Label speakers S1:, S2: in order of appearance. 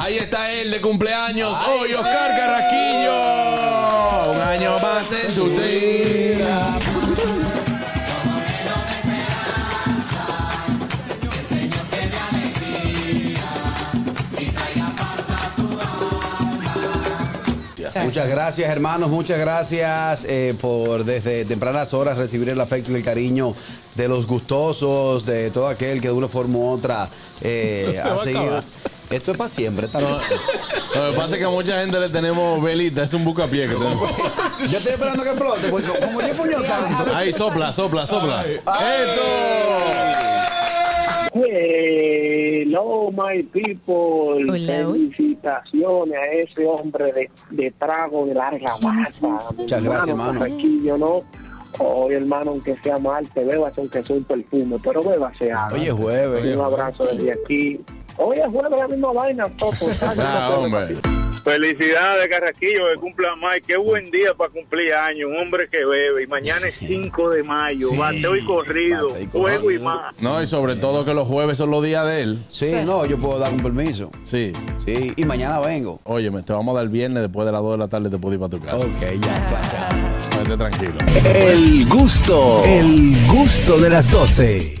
S1: Ahí está él de cumpleaños. Hoy Oscar Carrasquillo. Un año más en tu vida.
S2: Muchas gracias, hermanos. Muchas gracias eh, por desde tempranas horas recibir el afecto y el cariño de los gustosos, de todo aquel que de una forma u otra eh,
S1: va a
S2: ha seguido.
S1: acabar.
S2: Esto es para siempre. esta noche.
S1: Lo que pasa es que a mucha gente le tenemos velita, es un bucapié que tenemos.
S2: Yo estoy esperando que explote, porque como yo puño tanto.
S1: Ahí sopla, sopla, sopla.
S3: Hello, my people.
S4: Hola.
S3: Felicitaciones a ese hombre de, de trago de larga bata.
S2: Muchas gracias, hermano.
S3: Aquí yo pues, no. Hoy, hermano, aunque sea mal, te bébase, aunque sea un perfume, pero bébase algo.
S2: Oye, jueves.
S3: un abrazo
S4: Sí.
S3: desde aquí. Oye, juega la misma vaina, Topo.
S1: Eso. Ah, hombre.
S5: Felicidades, Carraquillo, que cumpla más. Qué buen día para cumplir años, un hombre que bebe. Y mañana es 5 de mayo,
S2: Sí.
S5: bateo y corrido,
S2: Bateo y corrido.
S5: juego y más.
S1: No, y sobre todo que los jueves son los días de él.
S2: Sí, no, yo puedo dar un permiso.
S1: Sí.
S2: Sí, y mañana vengo.
S1: Óyeme, te vamos a dar el viernes después de las 2 de la tarde, te puedo ir para tu casa.
S2: Ok, ya está.
S1: Vete tranquilo.
S6: El gusto, el gusto de las 12.